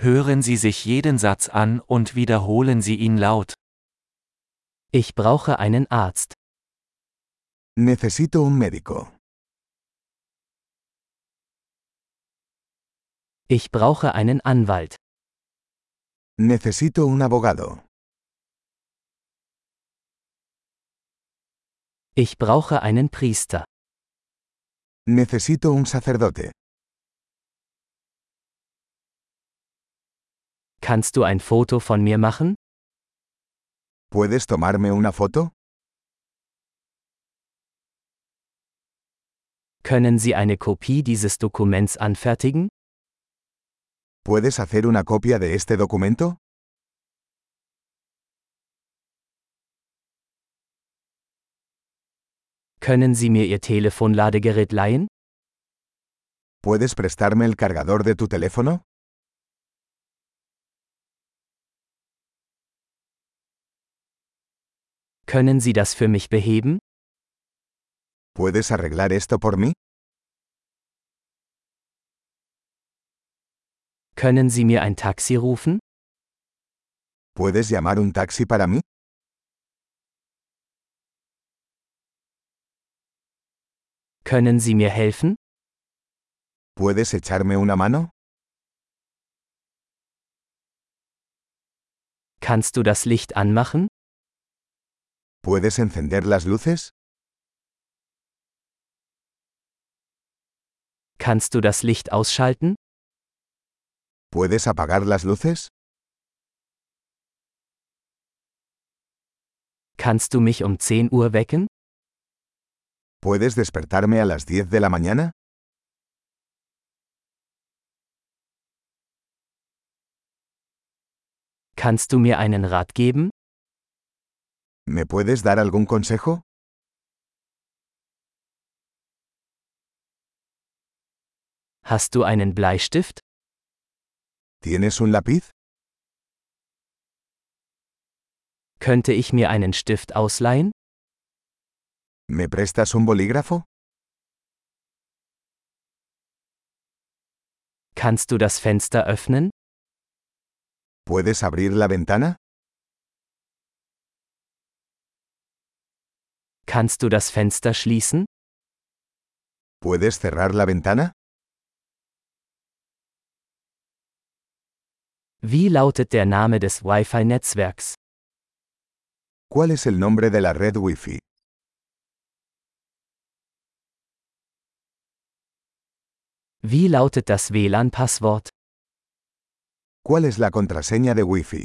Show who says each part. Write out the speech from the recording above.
Speaker 1: Hören Sie sich jeden Satz an und wiederholen Sie ihn laut.
Speaker 2: Ich brauche einen Arzt.
Speaker 3: Necesito un médico.
Speaker 2: Ich brauche einen Anwalt.
Speaker 3: Necesito un abogado.
Speaker 2: Ich brauche einen Priester.
Speaker 3: Necesito un sacerdote.
Speaker 2: Kannst du ein Foto von mir machen?
Speaker 3: ¿Puedes tomarme una foto?
Speaker 2: Können Sie eine Kopie dieses Dokuments anfertigen?
Speaker 3: ¿Puedes hacer una copia de este documento?
Speaker 2: Können Sie mir Ihr Telefonladegerät leihen?
Speaker 3: ¿Puedes prestarme el cargador de tu teléfono?
Speaker 2: Können Sie das für mich beheben?
Speaker 3: ¿Puedes arreglar esto por mí?
Speaker 2: Können Sie mir ein Taxi rufen?
Speaker 3: ¿Puedes llamar un taxi para mí?
Speaker 2: Können Sie mir helfen?
Speaker 3: ¿Puedes echarme una mano?
Speaker 2: Kannst du das Licht anmachen?
Speaker 3: ¿Puedes encender las luces?
Speaker 2: Kannst du das Licht ausschalten?
Speaker 3: ¿Puedes apagar las luces?
Speaker 2: Kannst du mich um 10 Uhr wecken?
Speaker 3: ¿Puedes despertarme a las 10 de la mañana?
Speaker 2: Kannst du mir einen Rat geben?
Speaker 3: ¿Me puedes dar algún consejo?
Speaker 2: Hast du einen Bleistift?
Speaker 3: ¿Tienes un lápiz?
Speaker 2: Könnte ich mir einen Stift ausleihen?
Speaker 3: ¿Me prestas un bolígrafo?
Speaker 2: Kannst du das Fenster öffnen?
Speaker 3: ¿Puedes abrir la ventana?
Speaker 2: Kannst du das Fenster schließen?
Speaker 3: ¿Puedes cerrar la ventana?
Speaker 2: Wie lautet der Name des Wi-Fi-Netzwerks?
Speaker 3: ¿Cuál es el nombre de la red Wi-Fi?
Speaker 2: Wie lautet das WLAN-Passwort?
Speaker 3: ¿Cuál es la contraseña de Wi-Fi?